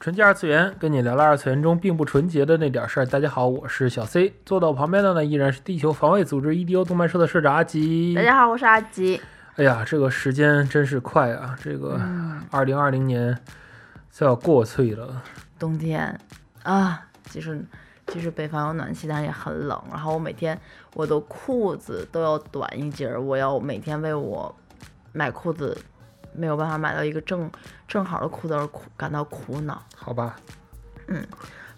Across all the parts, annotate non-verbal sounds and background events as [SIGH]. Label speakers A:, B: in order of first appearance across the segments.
A: 纯洁二次元，跟你聊聊二次元中并不纯洁的那点事儿。大家好，我是小 C，坐到我旁边的呢依然是地球防卫组织 EDO 动漫社的社长阿吉。
B: 大家好，我是阿吉。
A: 哎呀，这个时间真是快啊！这个
B: 嗯
A: 二零二零年就要过去了，
B: 冬天啊，其实其实北方有暖气，但是也很冷。然后我每天我的裤子都要短一截儿，我要每天为我买裤子没有办法买到一个正正好的裤子而苦感到苦恼。
A: 好吧？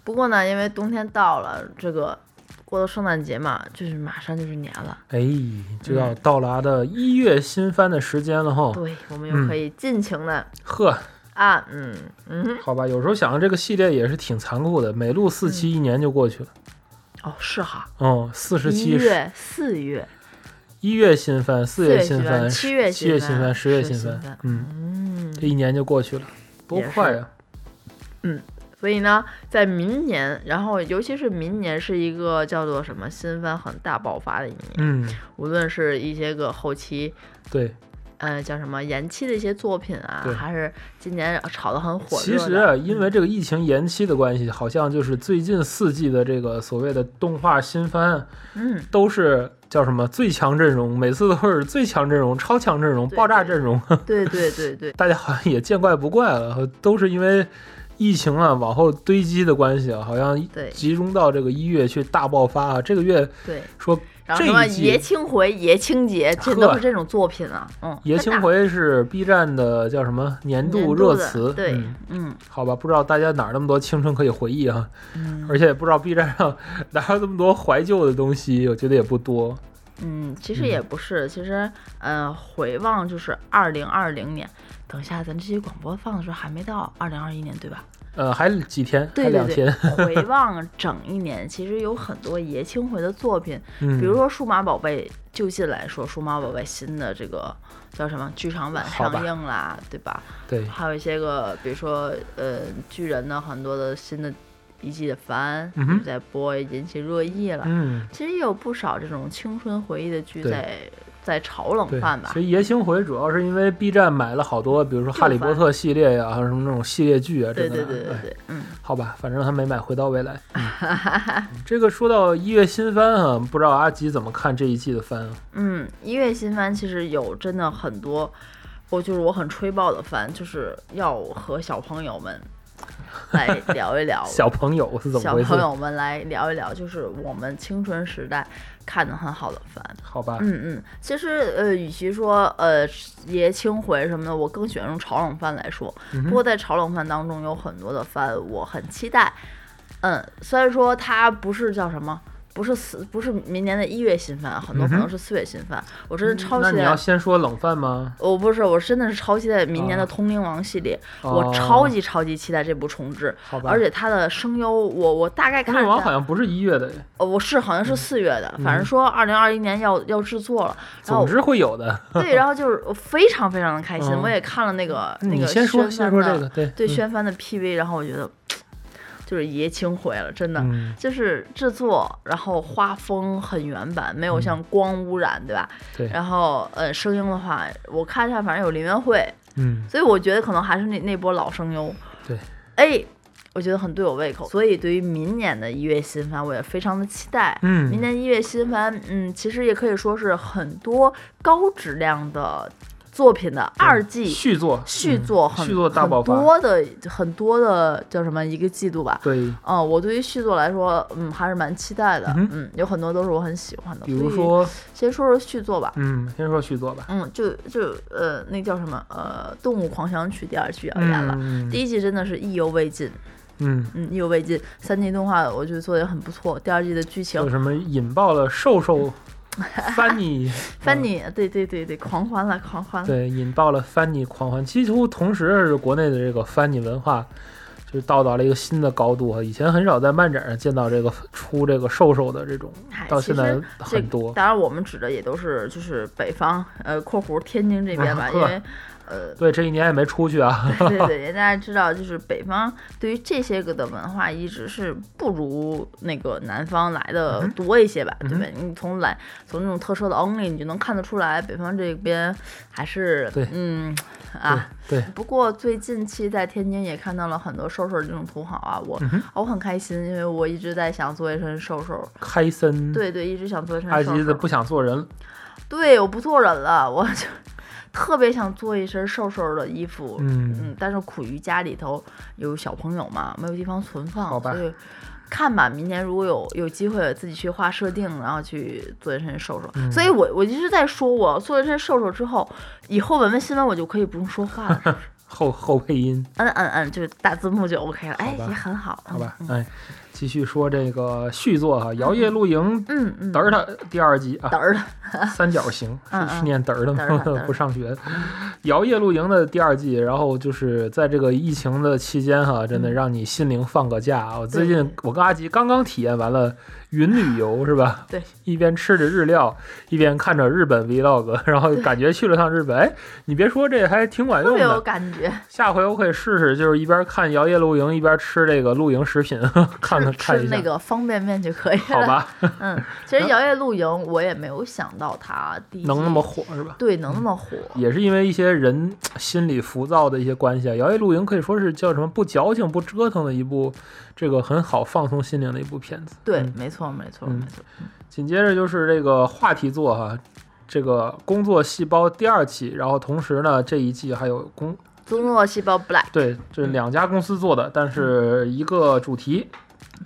B: 不过呢，因为冬天到了，这个过了圣诞节嘛，就是马上就是年了。
A: 哎，
B: 嗯
A: 就要到达的一月新番的时间了哈。
B: 对，我们又可以尽情的
A: 呵，
B: 啊，嗯嗯哼，
A: 好吧，有时候想想这个系列也是挺残酷的，每录四
B: 嗯
A: 期，一年就过去了。
B: 哦，是哈，
A: 哦，四十
B: 一
A: 期
B: 月、四月、
A: 一月新番，四月新番，
B: 七
A: 月
B: 月
A: 七月
B: 新
A: 番，
B: 番
A: 十月
B: 十
A: 新
B: 新
A: 番
B: 番，
A: 嗯。
B: 嗯，
A: 这一年就过去了，多
B: 也
A: 快
B: 是
A: 啊！
B: 所以呢，在明年，然后尤其是明年是一个叫做什么新番很大爆发的一年，
A: 嗯，
B: 无论是一些个后期，
A: 对，
B: 呃，叫什么延期的一些作品啊
A: 对，
B: 还是今年炒得很 [LAUGHS] 火热
A: 其
B: 的。嗯
A: 实啊，因为这个疫情延期的关系，好像就是最近四季的这个所谓的动画新番
B: 嗯，
A: 都是叫什么最强阵容，每次都是最强阵容、超强阵容、
B: 对
A: 爆炸
B: 对
A: 阵容， [LAUGHS]
B: 对对对对，
A: 大家好像也见怪不怪了， [LAUGHS] 都是因为。疫情啊，往后堆积的关系啊，好像
B: 对
A: 集中到这个一月去大爆发啊。这个月
B: 对，
A: 说
B: 然后
A: 这
B: 什么
A: 一季
B: 爷青回、爷青节，这
A: 呵
B: 都是这种作品啊。嗯，
A: 爷青
B: 很
A: 回是 B 站的叫什么年
B: 大年
A: 度
B: 度
A: 热
B: 的
A: 词，
B: 对
A: 嗯，
B: 嗯
A: 好吧，不知道大家哪儿那么多青春可以回忆啊，
B: 嗯
A: 而且也不知道 B 站上哪有那么多怀旧的东西，我觉得也不多。
B: 嗯，其实也不是，其实呃，回望就是二零二零年。等一下，咱这期广播放的时候还没到二零二一年，对吧？
A: 呃，还几天，
B: 对
A: 还
B: 对
A: 两
B: 对，
A: 天，
B: 回望整一年，其实有很多爷青回的作品，
A: 嗯，
B: 比如说《数码宝贝》，就近来说，《数码宝贝》新的这个叫什么剧场版
A: 好吧
B: 上映啦，对吧？
A: 对，
B: 还有一些个，比如说呃，巨人的很多的新的一季的番、
A: 嗯哼
B: 在播，也引起热议了。
A: 嗯，
B: 其实也有不少这种青春回忆的剧
A: 对
B: 在在炒冷
A: 对
B: 饭。吧
A: 其。实爷青回主要是因为 B 站买了好多，比如说《哈利波特》系列呀、还有什么那种系列剧啊，
B: 对
A: 这个
B: 对
A: 那
B: 对
A: 个的
B: 对
A: 哎
B: 对，嗯，
A: 好吧，反正他没买《回到
B: [LAUGHS]
A: 未来》嗯这个说到一月新番啊，不知道阿吉怎么看这一季的番啊？
B: 嗯，一月新番其实有真的很多，我就是我很吹爆的番，就是要和小朋友们来聊一聊，
A: [LAUGHS] 小朋友是怎么
B: 小
A: 回事
B: 朋？友们来聊一聊，就是我们青春时代看的很好的番。
A: 好
B: [LAUGHS]
A: 吧，
B: 嗯嗯，其实呃，与其说呃爷青回什么的，我更喜欢用炒冷饭来说。
A: 嗯哼
B: 不过在炒冷饭当中有很多的番，我很期待。嗯，虽然说它不是叫什么，不是四，不是明年的一月新番，很多
A: 嗯哼嗯
B: 可能是四月新番。我真的超
A: 那
B: 期
A: 你
B: 待。
A: 要先说冷饭吗？
B: 我不是，我真的是超期待明年的
A: 啊
B: 《通灵王》系列，
A: 哦
B: 我超级超级期待这部重置，
A: 好吧，
B: 而且它的声优，我我大概
A: 《
B: 看
A: 封神
B: 了
A: 王》
B: 一下
A: 好像不是一月的，
B: 呃，我是好像是四月的，
A: 嗯
B: 反正说二零二一年要要制作了，然后
A: 总之会有的。
B: 对，然后就是我非常非常的开心，
A: 嗯
B: 我也看了那个那
A: 你
B: 个
A: 先说，先
B: 宣
A: 说
B: 帆
A: 这
B: 的
A: 个，对
B: 对
A: 嗯
B: 宣帆的 PV，然后我觉得就是爷青回了，真的。
A: 嗯，
B: 就是制作，然后画风很原版，没有
A: 嗯
B: 像光污染，对吧？
A: 对，
B: 然后，呃，声音的话，我看一下，反正有林元惠，
A: 嗯，
B: 所以我觉得可能还是那那波老声优。
A: 对，
B: 哎，我觉得很对我胃口，所以对于明年的一月新番，我也非常的期待。
A: 嗯
B: 明年一月新番，嗯，其实也可以说是很多高质量的作品的二季
A: 续作，
B: 续
A: 嗯
B: 作很，
A: 续作大爆
B: 很
A: 发，
B: 多的很多的叫什么一个季度吧。
A: 对，
B: 嗯，我对于续作来说，嗯，还是蛮期待的。
A: 嗯
B: 嗯有很多都是我很喜欢的。
A: 比如
B: 所以，
A: 说，
B: 先说说续作吧。
A: 嗯，先说续作吧。
B: 嗯，就就呃，那叫什么呃，《动物狂想曲》第二季要演了。
A: 嗯
B: 第一季真的是意犹未尽，
A: 嗯，
B: 嗯，意犹未尽。三季动画我觉得做的也很不错，第二季的剧情 [LAUGHS]
A: 有什么引爆了瘦瘦翻你
B: 翻你，对对对对，狂欢了，狂欢了。
A: 嗯对，引爆了翻你狂欢，几乎同时是国内的这个翻你文化，就是到达了一个新的高度啊！以前很少在漫展上见到这个出这个瘦瘦的这种
B: 嗨，
A: 到
B: 哎其
A: 现在
B: 实
A: 很
B: 这
A: 多。，
B: 当然，我们指的也都是就是北方，呃（括弧天津这边吧因为呃，
A: 对，这一年也没出去啊。
B: 对对对，大家知道，就是北方对于这些个的文化一直是不如那个南方来
A: 嗯
B: 的多一些吧，对吧？你从来从那种特色的 only，你就能看得出来，北方这边还是
A: 对
B: 嗯啊。
A: [LAUGHS] 对，
B: 不过最近期在天津也看到了很多瘦瘦这种土豪啊，我、
A: 嗯
B: 我很开心，因为我一直在想做一身瘦瘦，
A: 开森，，
B: 对对，一直想做一身
A: 埃
B: 瘦
A: 嗯及的
B: 瘦。
A: 不想做人了。
B: 对，我不做人了，我就特别想做一身瘦瘦的衣服，
A: 嗯
B: 但是苦于家里头有小朋友嘛，没有地方存
A: 好
B: 放，
A: 吧
B: 所以看吧，明年如果有有机会自己去画设定，然后去做一身瘦瘦，
A: 嗯
B: 所以我我一直在说，我做一身瘦瘦之后，以后文文新闻我就可以不用说话了，是不是
A: 后后配音，
B: 嗯嗯嗯，就是大字幕就 OK 了，哎，
A: 吧
B: 也很好，
A: 好吧，哎，继续说这个续作哈，《摇曳露营》
B: 嗯嗯，
A: 嘚儿它第二集啊
B: 嘚，儿的，
A: [LAUGHS] 三角形
B: 嗯
A: 是是
B: 嗯
A: 念嘚儿的
B: 嘚儿的嘚
A: 吗？[LAUGHS]
B: 儿
A: 不上学，《摇曳露营》的第二季，然后就是在这个疫情的期间哈，真的
B: 嗯
A: 让你心灵放个假啊。我最
B: 对
A: 近我跟阿吉刚刚体验完了云旅游，是吧？
B: 对，
A: [LAUGHS] 一边吃着日料，一边看着日本
B: [LAUGHS]
A: vlog，然后感觉去了趟日本，哎，你别说，这还挺管
B: 特
A: 用
B: 别有
A: 的。
B: 感觉，
A: 下回我可以试试，就是一边看摇曳露营，一边吃这个露营食品，看看看
B: 吃
A: 一下
B: 那，个方便面就可以了，
A: 好吧？ [LAUGHS]
B: 嗯，其实摇曳露营我也没有想到它第一季
A: 能那么火嗯是吧？
B: 对能那么火，
A: 也是因为一些人心理浮躁的一些关系啊。摇曳露营可以说是叫什么不矫情、不折腾的一部，这个很好放松心灵的一部片子。
B: 对，
A: 嗯
B: 没错没错
A: 嗯
B: 没错，
A: 紧接着就是这个话题作哈、这个工作细胞第二季，然后同时呢这一季还有工
B: 棕诺细胞 black
A: 对这两家公司做的，但是一个主题。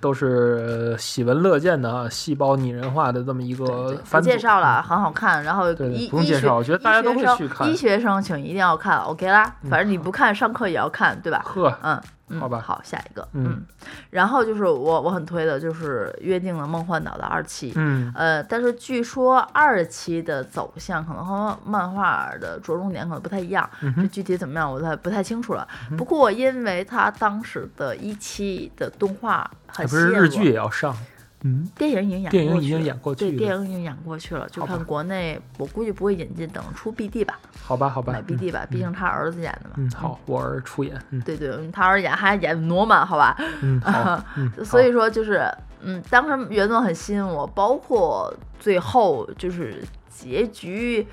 A: 都是喜闻乐见的啊，细胞拟人化的这么一个
B: 对不
A: 番组
B: 介绍了，很好看。然后
A: 嗯对对
B: 医
A: 不用
B: 医
A: 介
B: 学
A: 绍我觉得大家都会
B: 医学生
A: 去看
B: 医学生请一定要看，OK 啦。反正你不看，上课也要看，对吧？
A: 呵，
B: 嗯，嗯
A: 好吧
B: 好，下一个，
A: 嗯
B: 嗯。然后就是我我很推的，就是《约定了梦幻岛》的二期，
A: 嗯，
B: 呃，但是据说二期的走向可能和漫画的着重点可能不太一样，
A: 嗯
B: 这
A: 哼嗯
B: 具体怎么样我都还不太清楚了。不过因为它当时的一期的动画
A: 还
B: 很
A: 不
B: 吸
A: 是
B: 引
A: 日剧也
B: 我，
A: 要上，嗯，
B: 电影已经演
A: 电影
B: 过
A: 已
B: 去
A: 经
B: 了
A: 演过去
B: 对，
A: 了
B: 电影已经演过去了，就
A: 好吧
B: 看国内我估计不会引进，等出 BD 吧，
A: 好吧，好吧
B: 买，BD 吧，毕竟他儿子演的嘛。
A: 嗯，好，我儿出演，嗯
B: 对对，他儿子演还演罗曼，好吧？，
A: 嗯，好，嗯
B: 啊 [LAUGHS] 所以说就是，嗯，当时原作很吸引我，包括最后就是结局，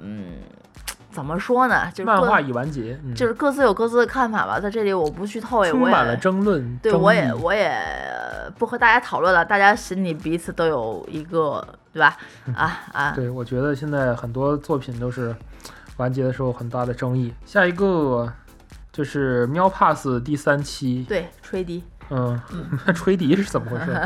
B: 嗯，怎么说呢？就是
A: 漫
B: 各
A: 画已完结，嗯、
B: 就是各自有各自的看法吧，在这里我不去透露，
A: 充
B: 我
A: 满了
B: 也
A: 争论，
B: 对
A: 争
B: 我也
A: 议
B: 我也不和大家讨论了，大家心里彼此都有一个对吧？
A: 嗯
B: 啊啊，
A: 对，我觉得现在很多作品都是完结的时候很大的争议。下一个就是《喵 Pass》第三期，
B: 对，吹笛，
A: 嗯， [LAUGHS] 吹笛是怎么回
B: [LAUGHS]
A: 事？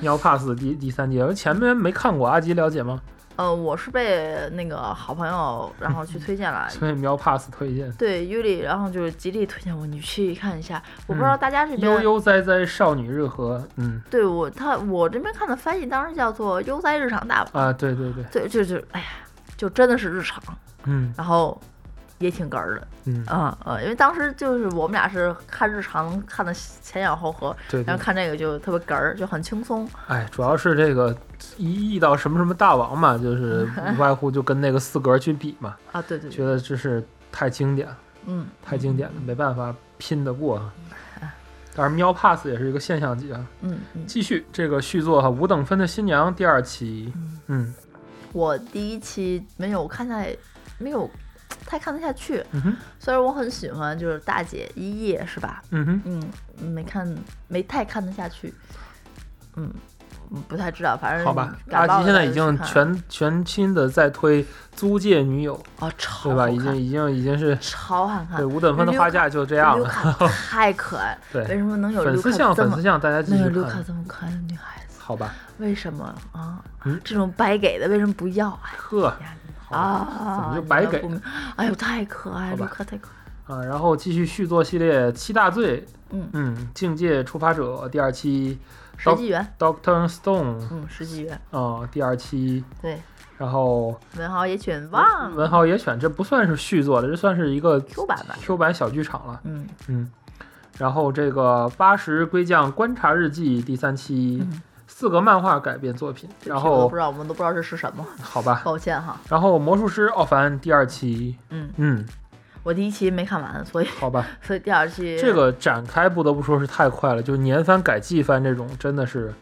A: 喵 Pass 第第三季，前面没看过，阿吉了解吗？
B: 呃，我是被那个好朋友然后去推荐了，
A: 所以喵 Pass 推荐。
B: 对 Yuli，然后就是极力推荐我你去看一下，我
A: 嗯
B: 不知道大家这边、
A: 悠悠哉哉少女日和，嗯
B: 对我他我这边看的翻译当时叫做《悠哉日常大王》，
A: 啊，对对对，
B: 对，就就哎呀，就真的是日常，
A: 嗯
B: 然后也挺哏儿的，
A: 嗯，
B: 嗯嗯，因为当时就是我们俩是看日常能看的前仰后合，
A: 对对
B: 然后，看这个就特别哏儿，就很轻松，
A: 哎，主要是这个一遇到什么什么大王嘛，就是
B: [LAUGHS]
A: 无外乎就跟那个四格去比嘛，
B: 啊，对对
A: 觉
B: 对，
A: 得这是太经典了，
B: 嗯，
A: 太经典了，没办法拼得过啊。当然，喵 pass 也是一个现象级啊。
B: 嗯嗯，
A: 继续这个续作哈，《五等分的新娘》第二期，嗯
B: 我第一期没有看下，没有太看得下去，
A: 嗯哼
B: 虽然我很喜欢就是大姐一叶是吧？
A: 嗯哼，
B: 嗯，没看，没太看得下去，嗯，嗯不太知道，反正
A: 好吧，
B: 感
A: 阿
B: 冒
A: 吉
B: 了
A: 现在
B: 再
A: 已
B: 去
A: 经
B: 看
A: 全全新的在推《租借女友》，
B: 哦，超
A: 对吧？
B: 好
A: 已经
B: 看
A: 已经已经是
B: 超好看
A: 对，五等分的花
B: 刘
A: 嫁就这样
B: 刘
A: 了，
B: 卡太可爱，
A: 对
B: 为什么能有
A: 粉
B: 刘
A: 丝
B: 卡
A: 向
B: 这
A: 粉
B: 么
A: 丝向，大家继
B: 能有
A: 续
B: 刘卡
A: 看，
B: 这么可爱的女孩子？
A: 好吧，
B: 为什么啊
A: 嗯？
B: 这种白给的为什么不要啊？
A: 呵。
B: 哎呀
A: 好吧
B: 啊！
A: 怎么就
B: 你
A: 白
B: 们
A: 给
B: 不明？哎呦，太可
A: 好
B: 爱，
A: 吧
B: 了，刘卡太可爱。
A: 啊，然后继续续作系列《七大罪》，
B: 嗯
A: 嗯，《境界触发者》第二期，《
B: 十几元，
A: Doctor Stone
B: 嗯，十几元，
A: 啊、第二期，
B: 对，
A: 然后
B: 文豪野犬望，
A: 文豪野犬这不算是续作了，这算是一个
B: Q 版吧
A: Q 版小剧场了。
B: 嗯，
A: 嗯，然后这个《八十龟将观察日记》第三期，四个漫画改编作品，
B: 嗯这
A: 然
B: 题我都
A: 后
B: 不知道，我们都不知道这是什么，
A: 好吧，
B: 抱歉哈，
A: 然后《魔术师奥凡》第二期，
B: 嗯
A: 嗯，
B: 我第一期没看完，所以
A: 好吧，
B: 所以第二期
A: 这个展开不得不说是太快了，就年番改季番这种真的是，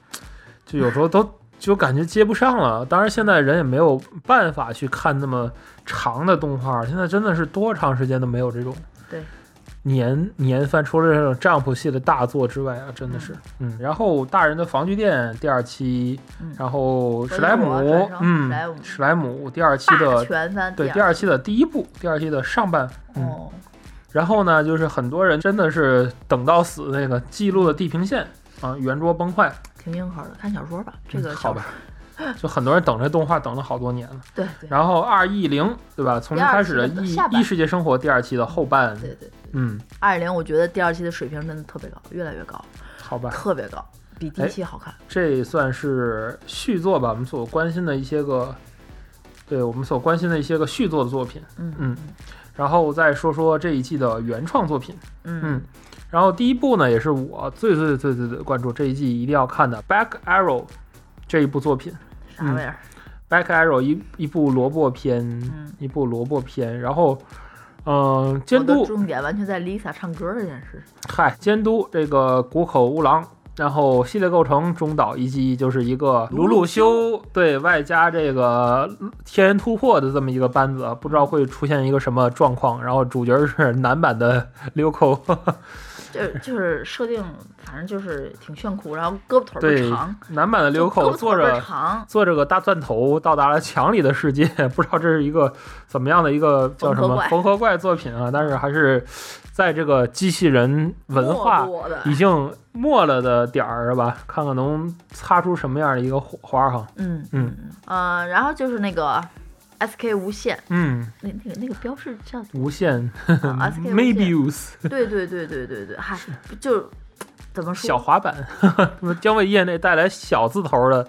A: 就有时候都就感觉接不上了。当然现在人也没有办法去看那么长的动画，现在真的是多长时间都没有这种
B: 对
A: 年年番，除了这种丈夫系的大作之外啊，真的是嗯。然后大人的防具店第二期，
B: 嗯
A: 然后史
B: 关
A: 莱
B: 注我
A: 姆
B: 转生，
A: 嗯
B: 史莱姆，
A: 史莱姆第二期
B: 霸
A: 的
B: 权番
A: 对第
B: 第二
A: 二期的第一部，第二期的上半，嗯。
B: 哦，
A: 然后呢，就是很多人真的是等到死，那个记录的地平线啊，圆桌崩坏，
B: 挺硬核的，看小说吧，这
A: 嗯
B: 个小
A: 好吧， [LAUGHS] 就很多人等这动画等了好多年了。
B: 对对
A: 然后二 E 零对吧？从零开始的
B: 第二期
A: 异
B: 的下半
A: 异世界生活第二期的后半，
B: 对对，
A: 嗯，
B: 二零我觉得第二期的水平真的特别高，越来越高，
A: 好吧，
B: 特别高，比
A: 哎
B: 第一期好看。
A: 这算是续作吧，我们所关心的一些个，对我们所关心的一些个续作的作品，
B: 嗯
A: 嗯。然后再说说这一季的原创作品，
B: 嗯
A: 嗯，然后第一部呢，也是我最最最最最关注这一季一定要看的《Back Arrow》这一部作品，
B: 啥玩意儿？
A: 《Back Arrow 一》一部萝卜片，
B: 嗯
A: 一部萝卜片。然后，嗯、监
B: 我的
A: 督
B: 重点完全在 Lisa 唱歌这件事。
A: 嗨，监督这个谷口乌郎。然后系列构成中岛一基就是一个鲁鲁修对外加这个天元突破的这么一个班子，不知道会出现一个什么状况。然后主角是男版的流口，
B: [LAUGHS] 就就是设定，反正就是挺炫酷，然后胳膊腿儿
A: 对
B: 不长，，
A: 男版的流
B: 胳
A: 口
B: 膊
A: 坐
B: 腿儿
A: 着
B: 不长，
A: 坐着个大钻头到达了墙里的世界， [LAUGHS] 不知道这是一个怎么样的一个叫什
B: 缝合
A: 么
B: 怪
A: 缝合怪作品啊？但是还是在这个机器人文化
B: 没落的，
A: 已经没了的点儿是吧？看看能擦出什么样的一个火花哈？
B: 嗯
A: 嗯
B: 呃，然后就是那个 SK 无限，
A: 嗯，
B: 那那个那个标示叫什
A: 无限
B: 么
A: [LAUGHS]
B: SK 无限
A: maybe use
B: 对对对对对对，嗨，不就怎么
A: 小
B: 说？
A: 滑板 [LAUGHS] 将为业内带来小字头的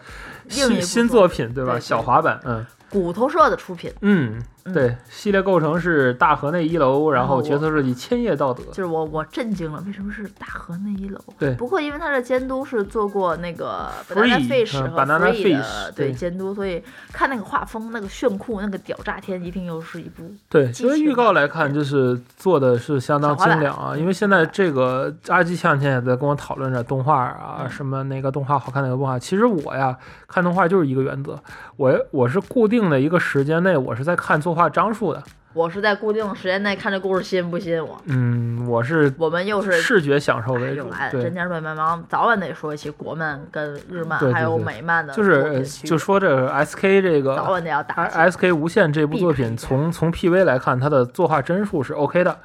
B: 英
A: 新
B: 语不
A: 新
B: 错
A: 作品对吧？
B: 对对
A: 小滑板嗯。
B: 骨头社的出品，
A: 嗯，
B: 嗯
A: 对，系列构成是大河内一楼，然
B: 然后
A: 后
B: 我
A: 角色设计千叶道德，
B: 就是我我震惊了，为什么是大河那一楼？
A: 对
B: 不过因为他的监督是做过那个
A: Free，
B: Banana Fish
A: 嗯
B: 和
A: Banana
B: Free 的
A: Fish，对
B: 对监督，所以看那个画风、那个炫酷、那个屌炸天，一定又是一部
A: 对，
B: 机
A: 因为
B: 器
A: 预
B: 人
A: 告来看，就是做的是相当
B: 小滑板
A: 精良啊。因为现在这个阿基前两天也在跟我讨论着动画啊，
B: 嗯
A: 什么那个动画好看哪个动画。其实我呀，看动画就是一个原则，我我是固定的一个时间内，我是在看作画章数的。
B: 我是在固定时间内看这故事吸引不吸引我。
A: 嗯，我是
B: 我们又是
A: 视觉享受
B: 哎
A: 为
B: 又
A: 主
B: 来，了，
A: 对
B: 针。尖对麦芒，早晚得说一起国漫跟日漫
A: 对对
B: 还有
A: 对
B: 美漫的
A: 就
B: 作品
A: 是
B: 区别，
A: 呃就说这个 S K 这个
B: 早晚得要打起来
A: S K 无限这部作
B: 必
A: 品
B: 看
A: 从，从 PV 来看，它的作画帧数是 OK 的，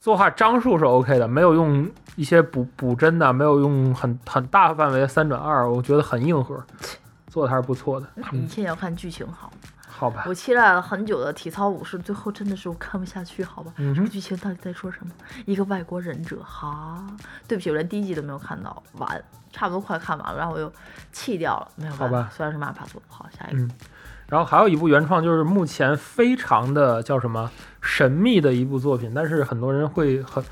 A: 作画张数是 OK 的，没有用一些补补帧的，没有用很很大范围的三转二，我觉得很硬核，做的还是不错的。
B: 那一
A: 嗯，
B: 切要看剧情好。
A: 好吧，
B: 我期待了很久的体操武士，最后真的是我看不下去，好吧？
A: 嗯
B: 这个
A: 哼，
B: 剧情到底在说什么？一个外国忍者，哈，对不起，我连第一集都没有看到完，差不多快看完了，然后我又弃掉了，没有办
A: 好
B: 法
A: 吧
B: 虽然是马帕做的，好，下一个，
A: 嗯。然后还有一部原创，就是目前非常的叫什么神秘的一部作品，但是很多人会很，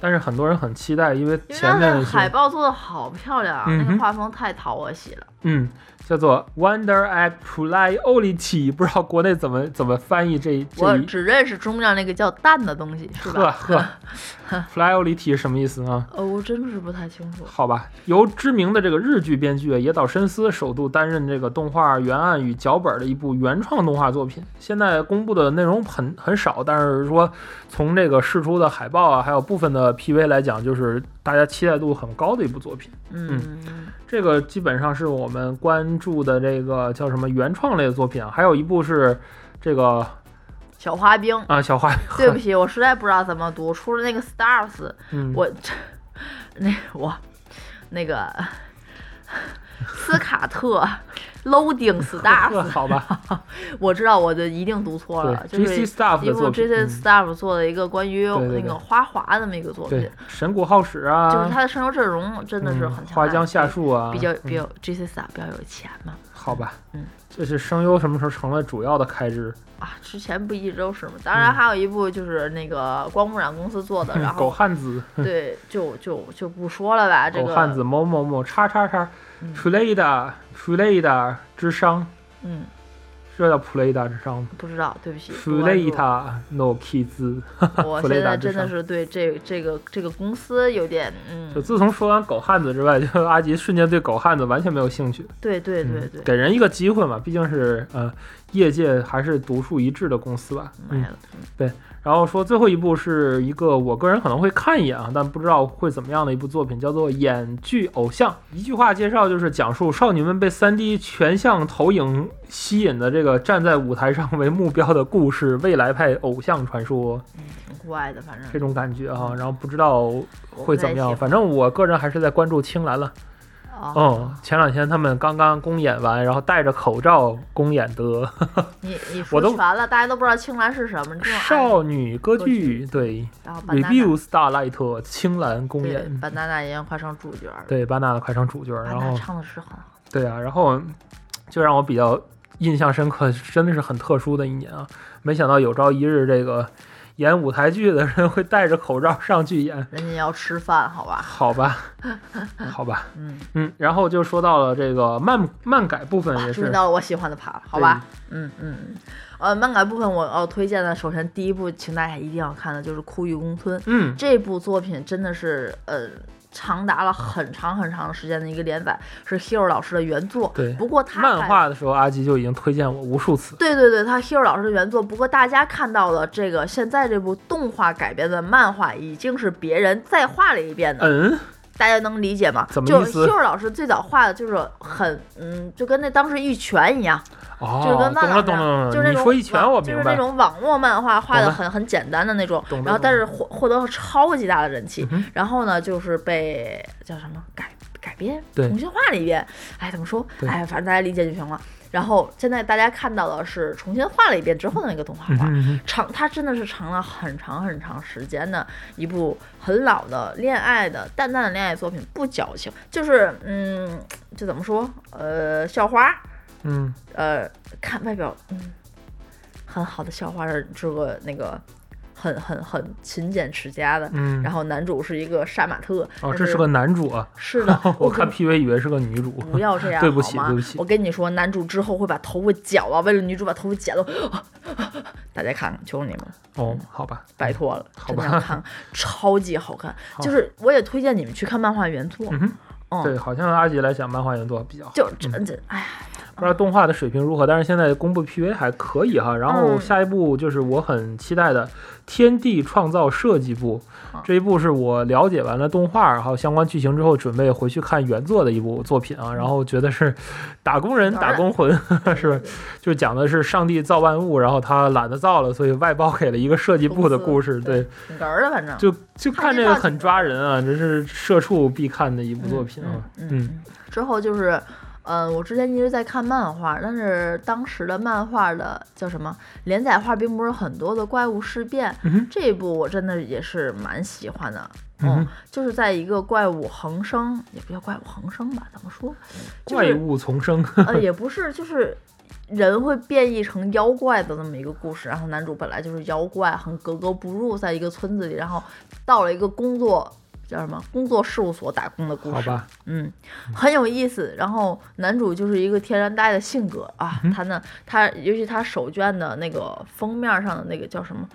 A: 但是很多人很期待，因为
B: 因为
A: 前
B: 它
A: 面
B: 的
A: 的
B: 海报做的好漂亮啊，那
A: 嗯哼
B: 个画风太讨我喜了。
A: 嗯，叫做 Wonder at Pulai Oliti，不知道国内怎么怎么翻译这这
B: 我
A: 一
B: 只认识中间那个叫蛋的东西，是
A: 呵
B: 吧？
A: 呵，Pulai Oliti 是什么意思呢？
B: 呃，我真的是不太清楚。
A: 好吧，由知名的这个日剧编剧野岛伸司首度担任这个动画原案与脚本的一部原创动画作品。现在公布的内容很很少，但是说从这个释出的海报啊，还有部分的 PV 来讲，就是大家期待度很高的一部作品。
B: 嗯，
A: 这个基本上是我们关注的这个叫什么原创类的作品啊，还有一部是这个
B: 小花冰，
A: 啊小花，
B: 对不起，我实在不知道怎么读，除了那个 stars，
A: 嗯，
B: 我那我那个斯卡特 loading
A: 呵
B: staff，
A: 好吧，
B: 我知道我就一定读错了，就
A: 对
B: 是
A: ，J.C. Staff
B: 一
A: 的
B: 部
A: 作
B: J
A: 品，
B: C
A: 嗯
B: Staff 做的一个关于
A: 对对
B: 那
A: 对
B: 个花滑的那么一个作品，
A: 对，神谷浩史啊，
B: 就是他的声优阵容真的是很
A: 嗯
B: 强大，
A: 花江夏树啊，
B: 比较
A: 嗯
B: 比较 J C Staff 比较有钱嘛
A: 好吧，
B: 嗯，
A: 这是声优什么时候成了主要的开支？
B: 啊，之前不一直都是嘛，当
A: 嗯
B: 然还有一部就是那个光污染公司做的，然
A: 狗
B: 后
A: 汉子，
B: 对就就就不说了吧，这
A: 狗
B: 个
A: 汉子某某某叉叉叉
B: 嗯
A: ，Plada Plada 之商，
B: 嗯
A: 这叫 Plada 之商吗
B: 不知道，对不起，不关注
A: ？Plada no kids。
B: 我
A: 弗
B: 现
A: 雷达
B: 在
A: 之
B: 真的
A: 上
B: 是对这这个这个公司有点，嗯
A: 就，自从说完狗汉子之外，就阿吉瞬间对狗汉子完全没有兴趣。
B: 对对对
A: 嗯
B: 对，
A: 给人一个机会嘛，毕竟是呃，业界还是独树一帜的公司吧。嗯
B: 买，了，
A: 然后说最后一部是一个我个人可能会看一眼啊，但不知道会怎么样的一部作品，叫做《演剧偶像》。一句话介绍就是讲述少女们被 3D 全像投影吸引的这个站在舞台上为目标的故事，未来派偶像传说
B: 嗯，挺怪的，反正
A: 这种感觉啊。然后不知道会怎么
B: 我不太喜
A: 样，
B: 欢
A: 反正我个人还是在关注青兰了。
B: 啊，
A: 嗯，前两天他们刚刚公演完，然后戴着口罩公演的
B: 你你
A: 我
B: 说
A: 都
B: 全了，大家都不知道青兰是什么，你这种爱，
A: 少女歌剧，对
B: 然后
A: ，Review
B: banana
A: Starlight 青兰公
B: 对
A: 演，
B: banana 已经快成主角了，
A: 对，巴纳快成主角，然后
B: banana 唱的是很好，
A: 对啊，然后就让我比较印象深刻，真的是很特殊的一年啊！没想到有朝一日，这个演舞台剧的人会戴着口罩上去演，
B: 人家要吃饭，好吧，
A: 好吧，
B: [LAUGHS]
A: 好吧，
B: 嗯，
A: 嗯，然后就说到了这个漫漫改部分，也
B: 注
A: 是
B: 意到了我喜欢的盘了，好吧，嗯嗯嗯，呃，漫改部分我要推荐的，首先第一部，请大家一定要看的就是《枯玉公村》，
A: 嗯，
B: 这部作品真的是呃。长达了很长很长时间的一个连载，是 Hero 老师的原作。
A: 对
B: 不过他
A: 漫
B: 还
A: 画的时候阿吉就已经推荐我无数次，
B: 对对对，他 Hero 老师的原作。不过大家看到了这个现在这部动画改编的漫画，已经是别人再画了一遍的，
A: 嗯，
B: 大家能理解吗？
A: 怎么
B: 就
A: 意思
B: Hero 老师最早画的就是很嗯，就跟那当时一拳一样，
A: 哦，
B: 就是跟
A: 懂
B: 漫
A: 了
B: 画
A: 懂
B: 那
A: 了
B: 样，
A: 懂
B: 就
A: 了，
B: 是那
A: 你
B: 种
A: 说一拳
B: 网
A: 我
B: 就
A: 明
B: 是那
A: 白，
B: 种网络漫画画
A: 懂
B: 的
A: 了
B: 很很简单的那种
A: 懂，了
B: 然后
A: 懂
B: 但
A: 了
B: 是获获得了超级大的人气
A: 嗯哼，
B: 然后呢就是被叫什么改改编
A: 对
B: 重新画了一遍，哎怎么说
A: 对
B: 哎反正大家理解就行了。然后现在大家看到的是重新画了一遍之后的那个动画
A: 嗯
B: 画
A: 哼，嗯哼
B: 长，它真的是长了很长很长时间的一部很老的恋爱的淡淡的恋爱作品，不矫情，就是嗯，就怎么说，呃，校花，
A: 嗯，
B: 呃，看外表，嗯，很好的校花是这个那个很很很勤俭持家的，
A: 嗯
B: 然后男主是一个杀马特，
A: 哦，
B: 但
A: 这是个男主啊，
B: 是
A: [LAUGHS]，
B: 的
A: 我
B: 跟
A: 看
B: 你
A: PV 以为是个女主，
B: 不要这样，
A: 对不起
B: 好吗
A: 对不起
B: 我跟你说，男主之后会把头发绞啊，为了女主把头发剪了，大家看看，求求你们，
A: 哦，好吧，
B: 嗯拜托了，
A: 嗯好
B: 真的
A: 吧
B: 要看看，超级好看，
A: 好
B: 就是我也推荐你们去看漫画原作，
A: 嗯哼，
B: 嗯，
A: 对，好像阿吉来讲漫画原作比较好，
B: 就真的，哎呀，
A: 不知道动画的水平如何，但是现在公布 PV 还可以哈。然后
B: 嗯
A: 下一部就是我很期待的《天地创造设计部》，
B: 啊
A: 这一部是我了解完了动画然后相关剧情之后，准备回去看原作的一部作品啊。然后觉得是打工人
B: 嗯当然
A: 打工魂， [LAUGHS] 是就讲的是上帝造万物，然后他懒得造了，所以外包给了一个设计部的故事，对。
B: 挺哏儿的，反正
A: 就就看这个很抓人啊，这是社畜必看的一部作品啊。
B: 嗯嗯嗯之后就是，呃，我之前一直在看漫画，但是当时的漫画的叫什么连载画并不是很多的怪物事变，
A: 嗯哼
B: 这一部我真的也是蛮喜欢的。
A: 嗯
B: 嗯
A: 哼，
B: 就是在一个怪物横生，也不叫怪物横生吧，怎么说？就
A: 怪
B: 是
A: 物丛生，
B: 呃，也不是，就是人会变异成妖怪的那么一个故事。然后男主本来就是妖怪，很格格不入，在一个村子里，然后到了一个工作叫什么工作事务所打工的故
A: 好
B: 事。
A: 吧，
B: 嗯，很有意思。然后男主就是一个天然呆的性格啊，他呢，他尤其他手绢的那个封面上的那个叫什么，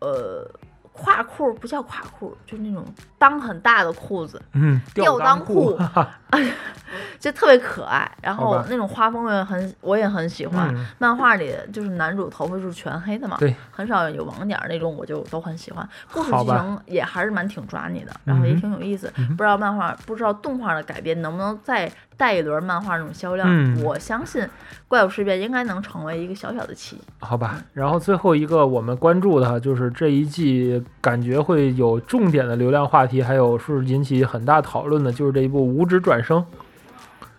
B: 呃，挎裤不叫挎裤，就是那种裆很大的裤子，
A: 嗯，
B: 吊
A: 裆
B: 裆裤， [LAUGHS] 就特别可爱。然
A: 好
B: 后
A: 吧
B: 那种画风我也很，我也很喜欢。
A: 嗯
B: 漫画里就是男主头发就是全黑的嘛，
A: 对，
B: 很少有网点儿那种，我就都很喜欢。故事
A: 好
B: 剧
A: 吧
B: 情也还是蛮挺抓你的，然后也
A: 嗯哼
B: 挺有意思。
A: 嗯哼
B: 不知道漫画，不知道动画的改编能不能再带一轮漫画那种销量？
A: 嗯
B: 我相信《怪物事变》应该能成为一个小小的奇迹。
A: 好吧。然后最后一个我们关注的哈就是这一季感觉会有重点的流量话题，还有是引起很大讨论的，就是这一部《五指转生》。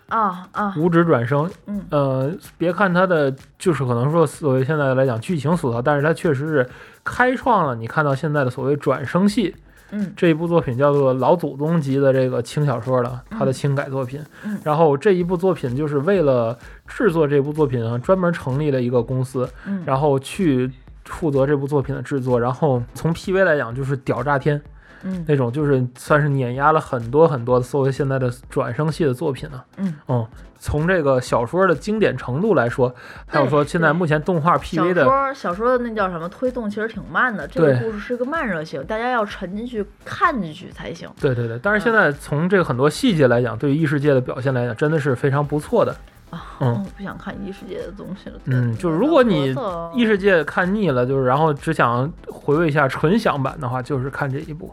B: 啊啊，
A: 无职转生，
B: 嗯
A: 呃，别看它的就是可能说所谓现在来讲剧情塑造，但是它确实是开创了你看到现在的所谓转生系
B: 嗯
A: 这一部作品叫做老祖宗级的这个轻小说了，它的轻改作品。
B: 嗯
A: 然后这一部作品就是为了制作这部作品啊，专门成立了一个公司，
B: 嗯，
A: 然后去负责这部作品的制作。然后从 PV 来讲，就是屌炸天
B: 嗯
A: 那种，就是算是碾压了很多很多所谓现在的转生系的作品呢、
B: 嗯
A: 嗯，从这个小说的经典程度来说，还有说现在目前动画
B: 小
A: PV 的，
B: 说小说的那叫什么推动其实挺慢的，这个
A: 对
B: 故事是个慢热型，大家要沉进去看进去才行。
A: 对对对。但
B: 嗯
A: 是现在从这个很多细节来讲，对于异世界的表现来讲，真的是非常不错的。
B: 啊，
A: 嗯
B: 我不想看异世界的东西了。
A: 嗯
B: 对
A: 就是如果你
B: 我都咳嗽
A: 异世界看腻了，就是然后只想回味一下纯享版的话，就是看这一部。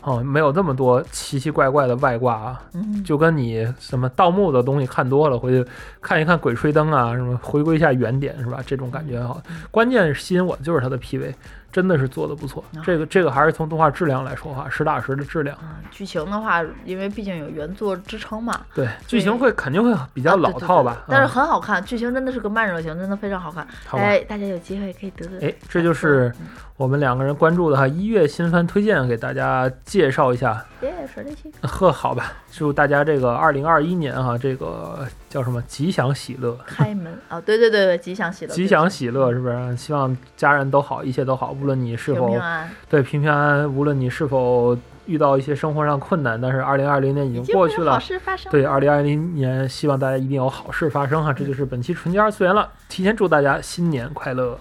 A: 哦、没有那么多奇奇怪怪的外挂啊，
B: 嗯
A: 就跟你什么盗墓的东西看多了，回去看一看《鬼吹灯》啊，什么回归一下原点是吧？这种感觉好。
B: 嗯
A: 关键是吸引我的就是它的 PV，真的是做的不错
B: 啊。
A: 这个这个还是从动画质量来说话，实打实的质量。
B: 啊剧情的话，因为毕竟有原作支撑嘛，
A: 对，剧情会肯定会比
B: 啊
A: 较老套吧，
B: 但是
A: 嗯
B: 很好看，剧情真的是个慢热型，真的非常好看。
A: 好吧。
B: 哎，大家有机会可以得得。
A: 哎，这就是
B: 嗯
A: 我们两个人关注的哈一月新番推荐，给大家介绍一下。 [LAUGHS]
B: 耶，说这些
A: 呵，好吧，祝大家这个二零二一年哈，这个叫什么吉祥喜乐。
B: 开门啊！对对对对，吉祥喜乐，
A: 吉祥喜乐，是不是？希望家人都好，一切都好，无论你是
B: 对平
A: 否
B: 平安安。
A: 对平平安安，无论你是否遇到一些生活上困难，但是二零二零年已经过去
B: 会有好
A: 了。
B: 事发生。
A: 对，二零二零年，希望大家一定有好事发生哈！这就是本期纯洁二次元了，提前祝大家新年快乐。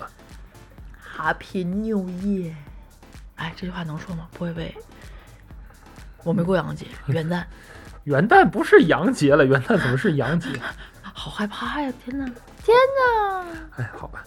B: ，Happy New Year！哎，这句话能说吗？不会被。我没过洋节，元旦，
A: 元旦不是洋节了，元旦怎么是洋节？
B: 好害怕呀！天哪，天哪！
A: 哎，好吧，